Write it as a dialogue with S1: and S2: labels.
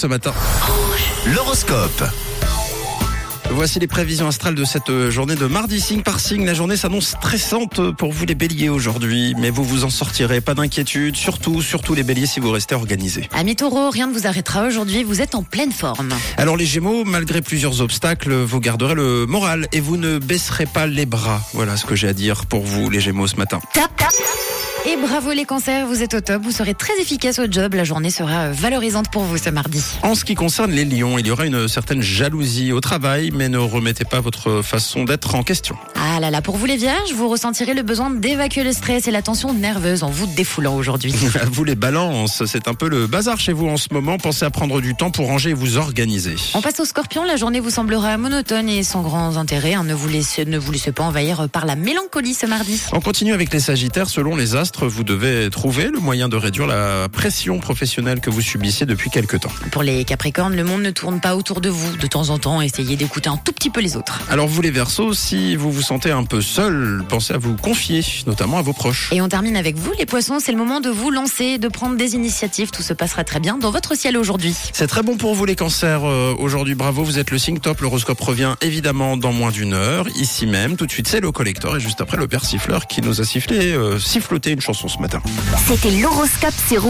S1: ce matin.
S2: L'horoscope.
S1: Voici les prévisions astrales de cette euh, journée de mardi, signe par signe. La journée s'annonce stressante pour vous les béliers aujourd'hui, mais vous vous en sortirez, pas d'inquiétude, surtout, surtout les béliers si vous restez organisés.
S3: Amis taureaux, rien ne vous arrêtera aujourd'hui, vous êtes en pleine forme.
S1: Alors les gémeaux, malgré plusieurs obstacles, vous garderez le moral et vous ne baisserez pas les bras. Voilà ce que j'ai à dire pour vous les gémeaux ce matin.
S3: Tap, tap. Et bravo les cancers, vous êtes au top, vous serez très efficace au job, la journée sera euh, valorisante pour vous ce mardi.
S1: En ce qui concerne les lions, il y aura une certaine jalousie au travail, mais ne remettez pas votre façon d'être en question.
S3: Ah là là, pour vous les vierges, vous ressentirez le besoin d'évacuer le stress et la tension nerveuse en vous défoulant aujourd'hui.
S1: À vous les balances, c'est un peu le bazar chez vous en ce moment. Pensez à prendre du temps pour ranger et vous organiser.
S3: On passe au scorpion, la journée vous semblera monotone et sans grand intérêt, hein, ne, vous laissez, ne vous laissez pas envahir par la mélancolie ce mardi.
S1: On continue avec les Sagittaires. Selon les astres, vous devez trouver le moyen de réduire la pression professionnelle que vous subissez depuis quelque temps.
S3: Pour les capricornes, le monde ne tourne pas autour de vous, de temps en temps, essayez d'écouter un tout petit peu les autres.
S1: Alors vous les Verseaux, si vous vous sentez un peu seul, pensez à vous confier, notamment à vos proches.
S3: Et on termine avec vous, les poissons, c'est le moment de vous lancer, de prendre des initiatives, tout se passera très bien dans votre ciel aujourd'hui.
S1: C'est très bon pour vous les cancers. Euh, Aujourd'hui, bravo, vous êtes le signe top. L'horoscope revient évidemment dans moins d'une heure, ici même. Tout de suite, c'est le collector et juste après, le père siffleur qui nous a sifflé, euh, siffloté une chanson ce matin.
S4: C'était l'horoscope sur Rouge.